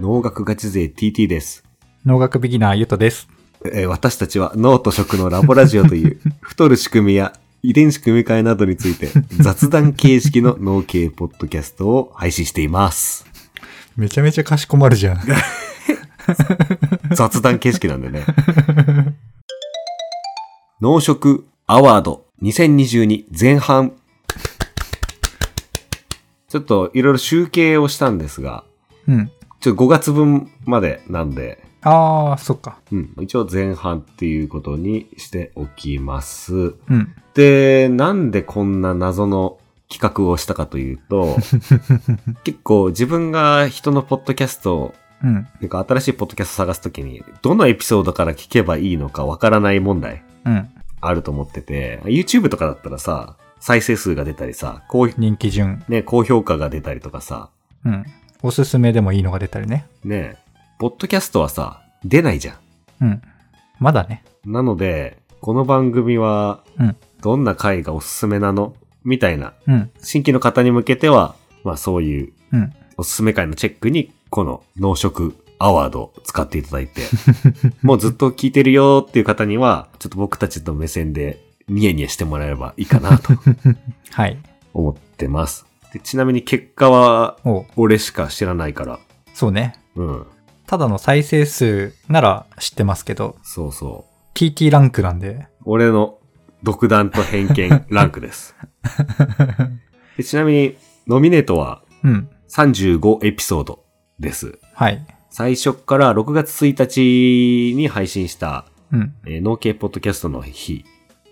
農学ガチ勢 TT です。農学ビギナーゆとです。えー私たちは脳と食のラボラジオという太る仕組みや遺伝子組み換えなどについて雑談形式の脳系ポッドキャストを配信しています。めちゃめちゃかしこまるじゃん。雑談形式なんでね。農食アワード2022前半。ちょっといろいろ集計をしたんですが、うん。ちょっと5月分までなんで、ああ、そっか。うん、一応前半っていうことにしておきます。うん。で、なんでこんな謎の企画をしたかという と、結構自分が人のポッドキャストをうん。なんか新しいポッドキャスト探すときに、どのエピソードから聞けばいいのかわからない問題うん。あると思ってて、YouTube とかだったらさ、再生数が出たりさ、高,、人気順。ね、高評価が出たりとかさ、うん。おすすめでもいいのが出たりね。ね、ポッドキャストはさ、出ないじゃうん。まだね。ん。なので、この番組はうん、どんな回がおすすめなのみたいな、うん。新規の方に向けては、まあそういううん。おすすめ会のチェックに、この農食アワードを使っていただいて、 もうずっと聞いてるよっていう方には、ちょっと僕たちの目線でニヤニヤしてもらえればいいかなとはい。思ってます。でちなみに結果はおう俺しか知らないから、そうね。うん、ただの再生数なら知ってますけど、そうそう。 TT ランクなんで。俺の独断と偏見ランクです。でちなみに、ノミネートはうん。 35エピソードです。はい。最初から6月1日に配信したうん。えー農系ポッドキャストの日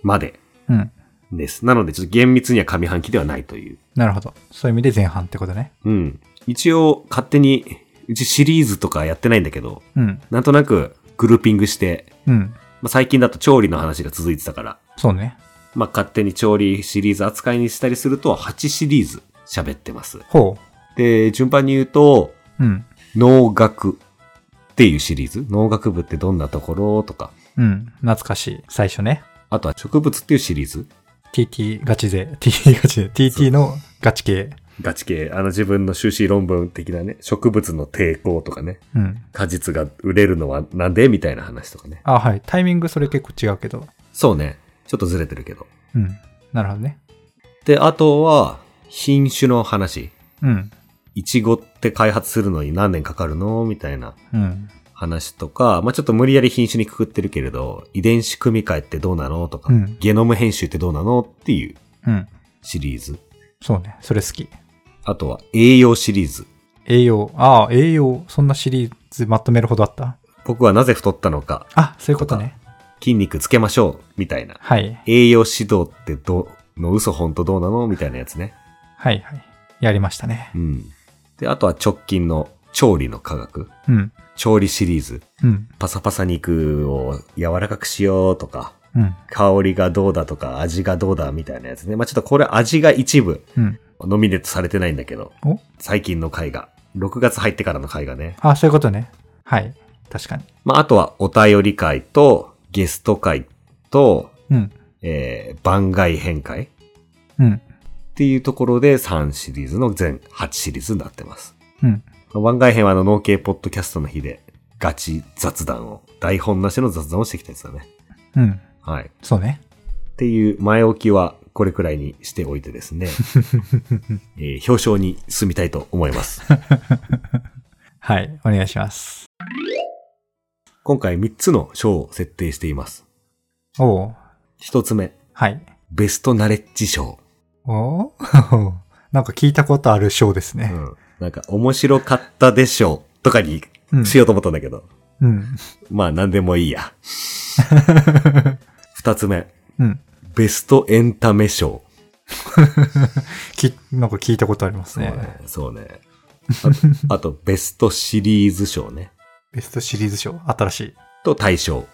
までうん。です。なので、ちょっと厳密には上半期ではないという。なるほど。そういう意味で前半ってことね。うん。一応、勝手に、うちシリーズとかやってないんだけど、うん。なんとなくグルーピングして、うん。まあ、最近だと調理の話が続いてたから、そうね。まあ、勝手に調理シリーズ扱いにしたりすると、8シリーズ喋ってます。ほで、順番に言うと、う。うん。農学っていうシリーズ。農学部ってどんなところとか、うん。懐かしい。最初ね。あとは植物っていうシリーズ。 TT ガチ勢。TT ガチ勢。TT のガチ系。ガチ系、あの自分の修士論文的なね、植物の抵抗とかね、うん。果実が売れるのはなんでみたいな話とかね。あ、はい。タイミングそれ結構違うけど。そうね。ちょっとずれてるけど。うん。なるほどね。で、あとは、品種の話。うん。イチゴって開発するのに何年かかるのみたいなうん。話とか、まあ、ちょっと無理やり品種にくくってるけれど、遺伝子組み換えってどうなのとか、うんゲノム編集ってどうなのっていううん。シリーズ。そうね。それ好き。あとは、栄養シリーズ。栄養。ああ、栄養。そんなシリーズまとめるほどあった僕はなぜ太ったのか、あ、そういうことね。筋肉つけましょう、みたいな。はい。栄養指導ってどうの嘘本当どうなのみたいなやつね。はいはい。やりましたねう。ん。で、あとは直近の調理の科学。うん。調理シリーズ。うん。パサパサ肉を柔らかくしようとか、うん。香りがどうだとか味がどうだみたいなやつね。まあ、ちょっとこれ味が一部うん。ノミネートされてないんだけど、お最近の回が。6月入ってからの回がね。あ、そういうことね。はい。確かに。まあ、あとはお便り会とゲスト会と、うん。えー、番外編会っうん。ていうところで3シリーズの全8シリーズになってます。うん。番外編はあの農系ポッドキャストの日でガチ雑談を、台本なしの雑談をしてきたやつだね。うん。はい。っそうね。ていう前置きはこれくらいにしておいてですね、えー表彰に進みたいと思います。はい。お願いします。今回3つの賞を設定しています。おう。 1つ目、はい。ベストナレッジ賞。おー なんか聞いたことある賞ですうね。ん。なんか面白かったでしょうとかにうんしようと思ったんだけど、うん。まあ何でもいい や。2つ目、うん。ベストエンタメ賞。き、なんか聞いたことありますそうね。ね。そうね。あと、あとベストシリーズ賞ね。ベストシリーズ賞、新しい。と大賞。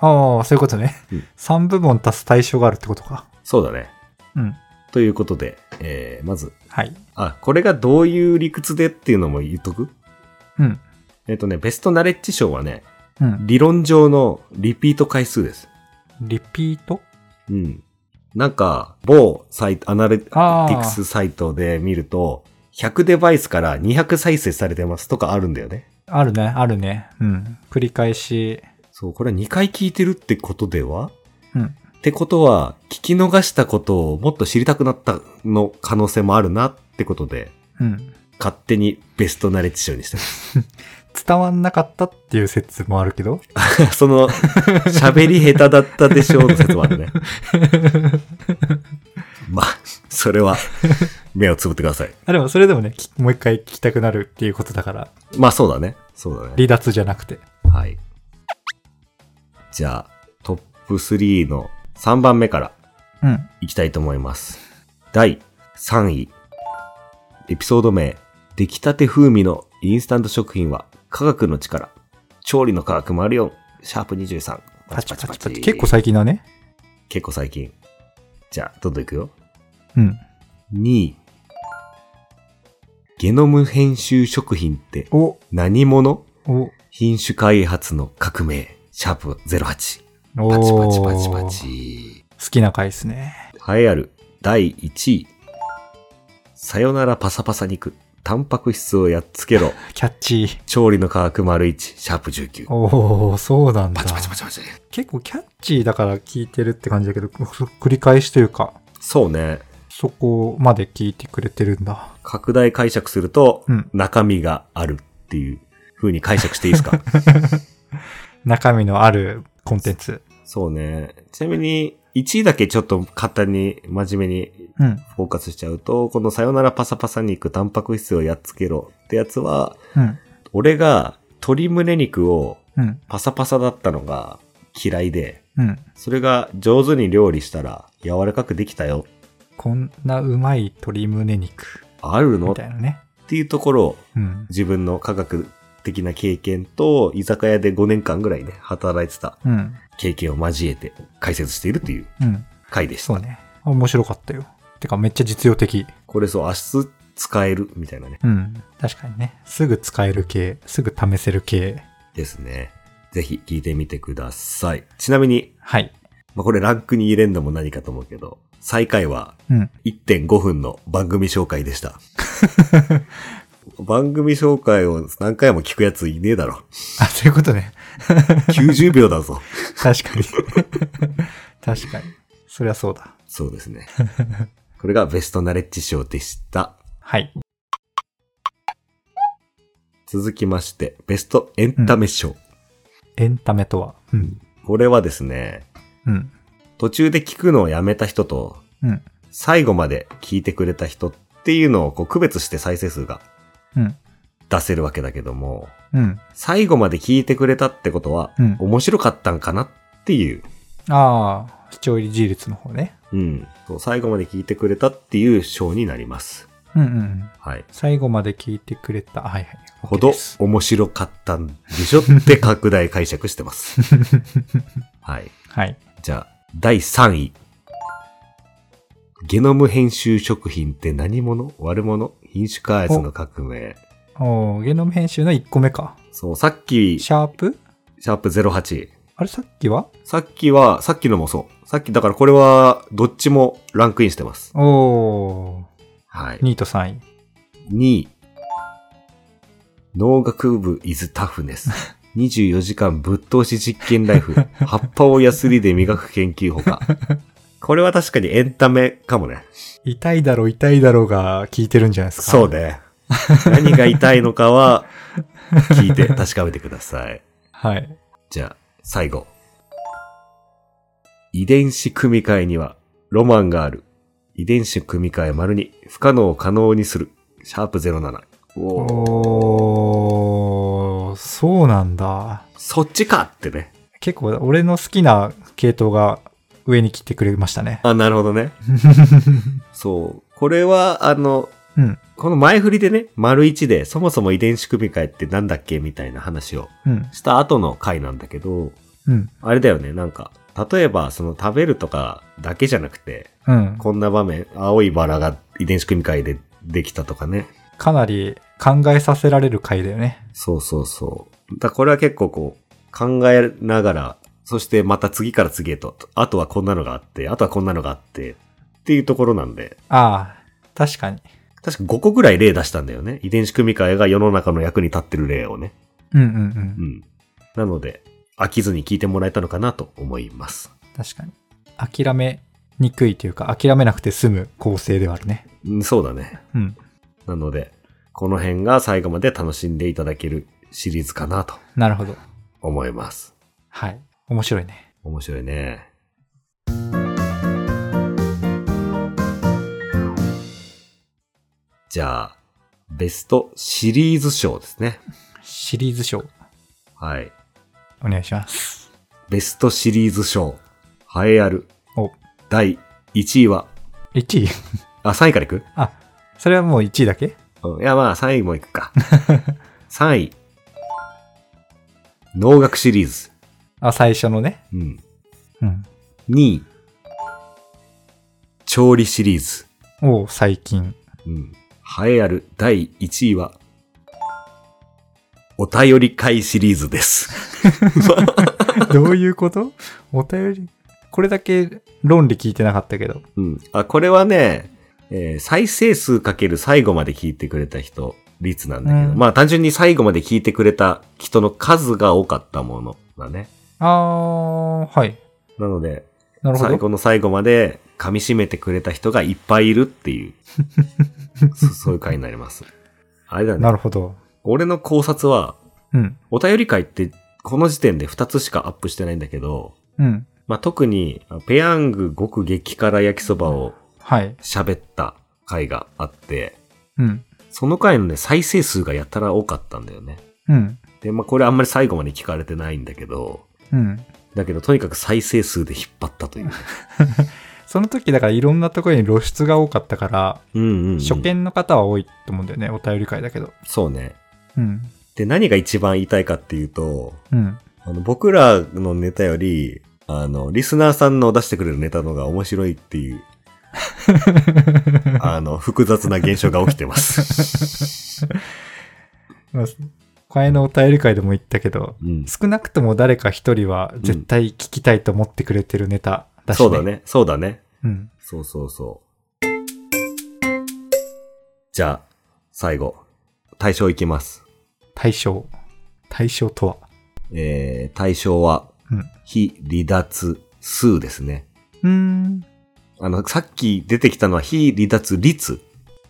ああ、そういうことね。うん三3部門足す対象があるってことか。そうだね。うん。ということで、えー、まず、はい。あ、これがどういう理屈でっていうのも言っとくうん。えっ、とね、ベストナレッジ賞はね、うん。理論上のリピート回数です。リピートうん。なんか、某サイト、アナリテあーィクスサイトで見ると、100デバイスから200再生されてますとかあるんだよね。あるね、あるね。うん。繰り返し。そう、これは2回聞いてるってことではうん。ってことは、聞き逃したことをもっと知りたくなったの可能性もあるなってことで、うん。勝手にベストナレッジ賞にしてま伝わんなかったっていう説もあるけど。す。 その、喋り下手だったでしょうの説もあ るね。まあ、それは、目をつぶってください。あ、でもそれでもね、きもう一回聞きたくなるっていうことだから、まあそうだね。そうだね。離脱じゃなくて。はい。じゃあ、トップ3の3番目からうん。いきたいと思います。第3位。エピソード名。出来たて風味のインスタント食品は科学の力。調理の科学丸4。シャープ23。パチパチパチパチ。結構最近だね。結構最近。じゃあ、どんどんいくよ。うん。 2位。ゲノム編集食品ってお、何者お、品種開発の革命。シャープ08。おパチーパチパチパチ。好きな回ですね。栄えある第1位。さよならパサパサ肉。タンパク質をやっつけろ。キャッチー。調理の科学丸1、シャープ19。おおそうなんだパチパチパチパチ。結構キャッチーだから聞いてるって感じだけどそ繰り返しというかそうね。そこまで聞いてくれてるんだ拡大解釈するとう、ん中身があるっていう風に解釈していいです か中身のあるコンテンツそうね。ちなみに、1位だけちょっと簡単に真面目にうんフォーカスしちゃうと、このさよならパサパサ肉、タンパク質をやっつけろってやつは、うん俺が鶏胸肉をうんパサパサだったのが嫌いで、うんそれが上手に料理したら柔らかくできたよ。こんなうまい鶏胸肉あるのみったいなねていうところをうん自分の科学的な経験と居酒屋で5年間ぐらいね、働いてたうん経験を交えて解説しているといううん回でしそた。うねあ面白かったよてかめっちゃ実用的これそう、明日使えるみたいなね。うん確かにねすぐ使える系すぐ試せる系ですね。ぜひ聞いてみてください。ちなみに、はいまあ、これランクに入れんのも何かと思うけど、最下位はうん1.5分の番組紹介でした。番組紹介を何回も聞くやついねえだろ。あそういうことね90秒だぞ。確かに確かにそりゃそうだそうですね。これがベストナレッジ賞でした。はい続きまして、ベストエンタメ賞。エンタメとはうんこれはですね、うん途中で聞くのをやめた人と、うん最後まで聞いてくれた人っていうのをこう区別して再生数がうん出せるわけだけども、うん最後まで聞いてくれたってことは、うん面白かったんかなっていう、ああ視聴率の方ねうん、そう最後まで聞いてくれたっていう賞になります。うんうんうんはい。最後まで聞いてくれたはいはいほど OK です面白かったんでしょって拡大解釈して ます。はい。はいじゃあ、第3位。ゲノム編集食品って何者悪者品種開発の革命。おーゲノム編集の1個目かそう、さっき、シシャープャープ08。あれさっきはさっきは、さっきのもそう。さっき、だからこれは、どっちもランクインしてます。おおはい。 2位と3位2位。農学部 is toughness。24時間ぶっ通し実験ライフ。葉っぱをヤスリで磨く研究ほか。これは確かにエンタメかもね。痛いだろう痛いだろうが聞いてるんじゃないですかそうね。何が痛いのかは、聞いて確かめてください。はいじゃあ、最後。遺伝子組み換えにはロマンがある。遺伝子組み換え丸に不可能を可能にする。シャープ07。おーおーそうなんだそっちかってね。結構俺の好きな系統が上に来てくれましたね。あ、なるほどね。そう。これは、あの、うん。この前振りでね、丸1で、そもそも遺伝子組み換えってなんだっけみたいな話をうん。した後の回なんだけど、うん。あれだよね、なんか、例えば、その食べるとかだけじゃなくて、うん。こんな場面、青いバラが遺伝子組み換えでできたとかね。かなり考えさせられる回だよね。そうそうそう。だからこれは結構こう、考えながら、そしてまた次から次へと、あとはこんなのがあって、あとはこんなのがあって、っていうところなんで、ああ、確かに。確か5個ぐらい例出したんだよね。遺伝子組み換えが世の中の役に立ってる例をね。うんうんうんう。ん。なので、飽きずに聞いてもらえたのかなと思います。確かに。諦めにくいというか、諦めなくて済む構成ではあるね。うん、そうだね。うん。なので、この辺が最後まで楽しんでいただけるシリーズかなとなるほど。思います。はい。面白いね。面白いね。じゃあ、ベストシリーズ賞ですね。シリーズ賞、はい。お願いします。ベストシリーズ賞、栄えあるお、第1位は、 1位あ、3位からいくあ、それはもう1位だけうんいや、まあ、3位もいく か。3位。能楽シリーズ。あ、最初のね。うん。うん。 2位。調理シリーズ。おう最近。うん。栄えある第1位は、お便り会シリーズ です。 どういうことお便り。これだけ論理聞いてなかったけど。うん。あ、これはね、えー再生数かける最後まで聞いてくれた人、率なんだけど、うんまあ単純に最後まで聞いてくれた人の数が多かったものだね。あー、はい。なので、なるほ最ど。後の最後まで噛み締めてくれた人がいっぱいいるって いう、そそういう回になります。あれだなね。るほど。俺の考察は、うん。お便り会ってこの時点で2つしかアップしてないんだけど、うん。まあ、特に、ペヤング極激辛焼きそばをはい。喋った回があって、うん。その回のね、再生数がやたら多かったんだよね。うん。で、まあ、これあんまり最後まで聞かれてないんだけど、うん。だけど、とにかく再生数で引っ張った という。その時だからいろんなところに露出が多かったから、うんうん、うん。初見の方は多いと思うんだよね。お便り会だけど。そうね。うん。で、何が一番言いたいかっていうと、うん。あの、僕らのネタより、あの、リスナーさんの出してくれるネタの方が面白いって いう、あの、複雑な現象が起きて ます。まあ、前のお便り会でも言ったけど、うん。少なくとも誰か一人は絶対聞きたいと思ってくれてるネタだし、そうだ。ね。そうだね。うん。そうそうそう。じゃあ、最後。対象いきます。対象。対象とは。えー、対象は、うん。う非離脱数ですね。ーん。あの、さっき出てきたのは非離脱率。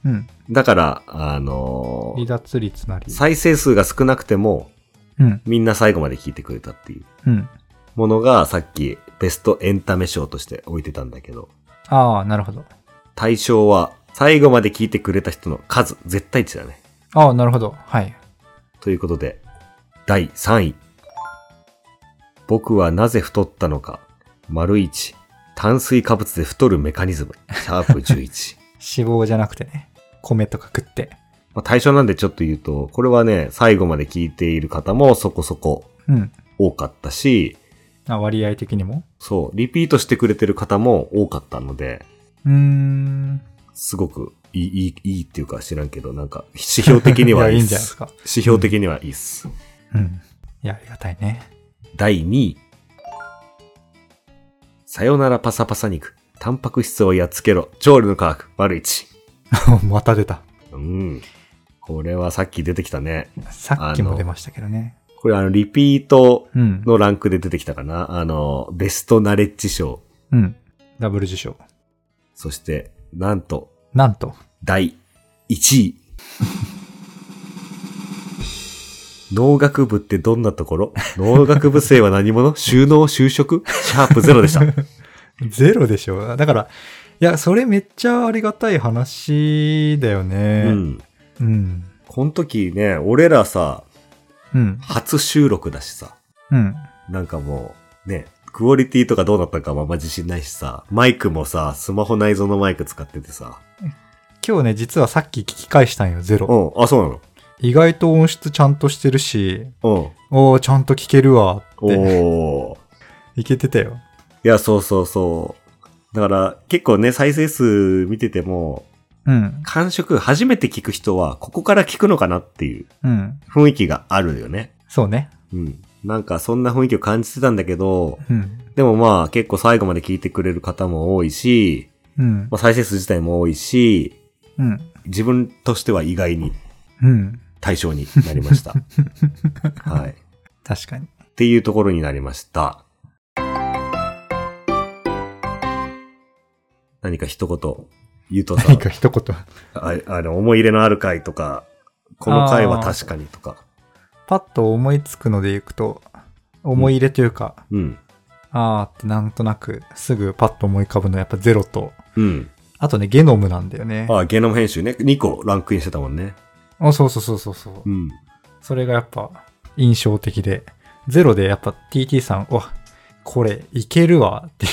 うん。だから、あのー離脱率なり。再生数が少なくても、うん。みんな最後まで聞いてくれたっていううん。ものが、さっきベストエンタメ賞として置いてたんだけど、ああ、なるほど。対象は、最後まで聞いてくれた人の数、絶対値だね。ああ、なるほど。はい。ということで、第3位。僕はなぜ太ったのか。丸1。炭水化物で太るメカニズム。シャープ11。 脂肪じゃなくてね。米とか食って。まあ、対象なんでちょっと言うと、これはね、最後まで聞いている方もそこそこうん。多かったし、あ割合的にも。そう、リピートしてくれてる方も多かったので、うーん。すごくいい、いい、いいっていうか知らんけど、なんか、指標的にはいいやいっいんじゃないですす。か。指標的にはいいっす。うん。いや、ありがたいね。第2位。さよならパサパサ肉。タンパク質をやっつけろ。調理の科学。丸一。 また出た。うん。これはさっき出てきたね。さっきも出ましたけどね。これあの、リピートうん。のランクで出てきたかな。あの、ベストナレッジ賞。うん。ダブル受賞。そして、なんと、なんと。第1位。 農学部ってどんなところ農学部生は何者収納就職シャープゼロでした。ゼロでしょ。だから、いや、それめっちゃありがたい話だようね。ん。うん。この時ね、俺らさ、うん。初収録だしさ、うん。なんかもう、ね、クオリティとかどうなったかはあんま自信ないしさ、マイクもさ、スマホ内蔵のマイク使っててさ。今日ね、実はさっき聞き返したんよ、ゼうロ。ん、あ、そうなの意外と音質ちゃんとしてるし、うん。おー、ちゃんと聞けるわって、おー。いけてたよ。いや、そうそうそう。だから、結構ね、再生数見てても、うん。感触、初めて聞く人は、ここから聞くのかなっていううん。雰囲気があるよね。そうね。うん。なんか、そんな雰囲気を感じてたんだけど、うん。でもまあ、結構最後まで聞いてくれる方も多いし、うんま。あ、再生数自体も多いし、うん。自分としては意外にうん。対象になりま した。はい。っ確かに。ていうところになりました。何か一言、ゆうとさ何んか一言。あ、あの、思い入れのある回とか、この回は確かにとか。パッと思いつくのでいくと、思い入れというか、うん。あーってなんとなくすぐパッと思い浮かぶのはやっぱゼロと、うん。あとね、ゲノムなんだよね。あ、ゲノム編集ね。2個ランクインしてたもんね。あそうそうそうそうそう。うん。それがやっぱ印象的で、ゼロでやっぱ TT さん、わ、これいけるわってい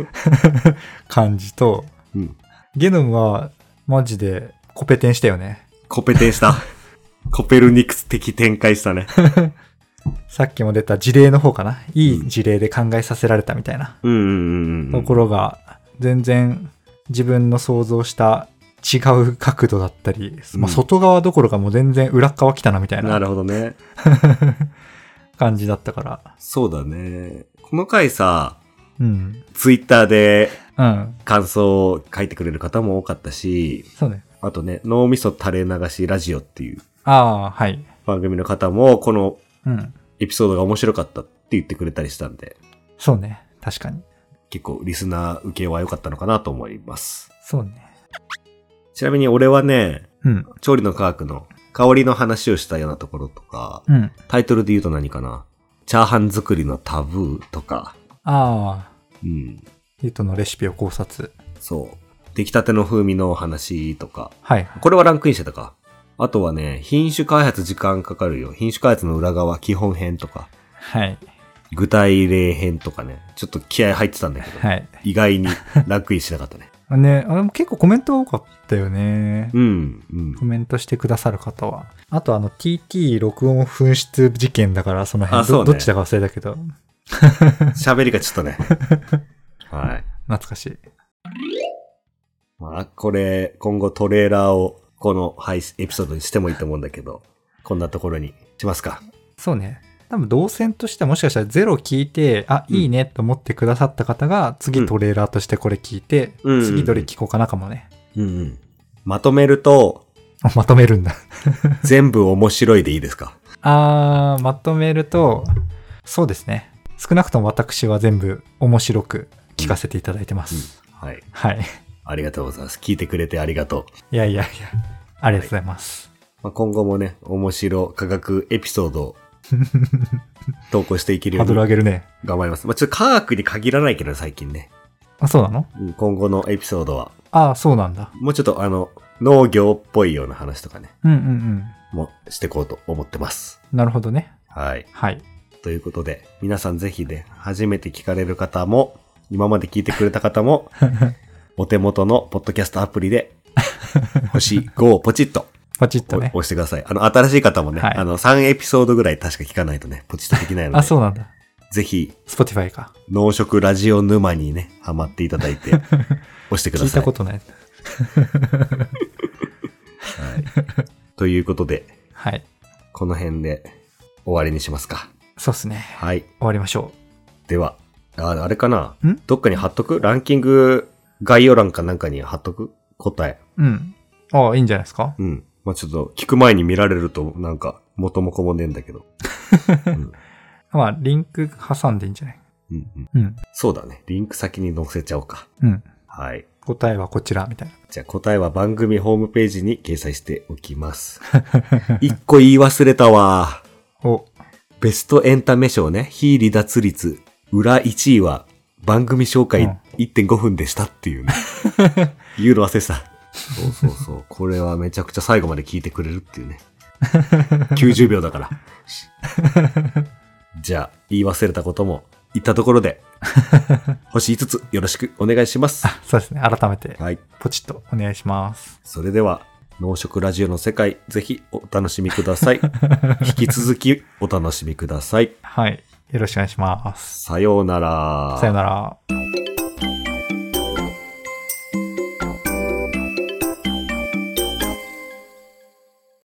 う 感じと、うん。ゲノムはマジでコペテンしたよね。コペテン した。コペルニクス的展開したね。さっきも出た事例の方かな。いうんい事例で考えさせられたみたいなうんうんうんうん。ところが、全然自分の想像した違う角度だったり、うんまあ、外側どころかもう全然裏っ側来たなみたいななるほどね。感じだったから。そうだね。この回さ、うん。ツイッターでうん。感想を書いてくれる方も多かったし、そうね。あとね、脳みそ垂れ流しラジオっていうああ、はい。番組の方も、このうん。エピソードが面白かったって言ってくれたりしたんで、そうね。確かに。結構リスナー受けは良かったのかなと思います。そうね。ちなみに俺はね、うん。調理の科学の香りの話をしたようなところとか、うん。タイトルで言うと何かなチャーハン作りのタブーとか、ああ、うん、ゆとのレシピを考察。そう。出来たての風味のお話とか、はい。これはランクインしてたか。あとはね、品種開発時間かかるよ。品種開発の裏側、基本編とか、はい。具体例編とかね、ちょっと気合入ってたんだけど、はい。意外にランクインしなかった ね。ね、あれも結構コメント多かったよね。うん、うんコ。メントしてくださる方は。あとあの TT 録音紛失事件だから、その辺あそうねどどっちだか忘れたけど、喋りがちょっとね。はい。懐かしい。まあ、これ、今後トレーラーをこの配信エピソードにしてもいいと思うんだけど、こんなところにしますか。そうね。多分動線としてはもしかしたらゼロ聞いて、あ、うんいいねと思ってくださった方が、う次んトレーラーとしてこれ聞いて、うん次どれ聞こうかなかもね。うんうん。まとめると、あまとめるんだ。全部面白いでいいですかあーまとめるとそうですね少なくとも私は全部面白く聞かせていただいてます、はい。はい ありがとうございます。聞いてくれてありがとう。いやいやいやありがとうございます、まあ、今後もね、面白科学エピソード を投稿していけるよハーうドにル上げるね頑張ります。まあ、ちょっと科学に限らないけど、最近ね。あそうなのうん今後のエピソードは、ああそうなんだもうちょっとあの、農業っぽいような話とかね、うんうんうもうしていこうと思ってます。んなるほどねはい。はいということで、皆さんぜひね、初めて聞かれる方も、今まで聞いてくれた方 も、お手元のポッドキャストアプリで、星5をポチッとポチッとね押してください。あの、新しい方もね、はいあの、3エピソードぐらい確か聞かないとね、ポチッとできないので、あそうなんだぜひ、 Spotify か農食ラジオ沼にね、ハマっていただい て、押してくだ聞いさい。たことないということで、はいこの辺で終わりにしますか。そうっすねはい。終わりましょでは、ああれかなんどっかに貼っとくランキング概要欄かなんかに貼っとく答え。ううんああいいんじゃないですかうん。まあ、ちょっと聞く前に見られるとなんか元も子もねえんだ けど。うんまあリンク挟んでいいんじゃないうんうん、うんそうだね。リンク先に載せちゃおうか。うんはい。答えはこちらみたいなじゃあ答えは番組ホームページに掲載しておきます。一個言い忘れたわ。おベストエンタメ賞ね。非離脱率。裏1位は番組紹うん介1.5分でしたって いうね。言うの忘れてた。そうそうそう。これはめちゃくちゃ最後まで聞いてくれるっていうね。90秒だから。じゃあ、言い忘れたことも言ったところ で、星5つよろしくお願いします。あそうですね改めてはい。ポチッとお願いしますそれでは、農食ラジオの世界、ぜひお楽しみくだ さい。引き続きお楽しみください。はい。よろしくお願いします。さようなら。さよなら。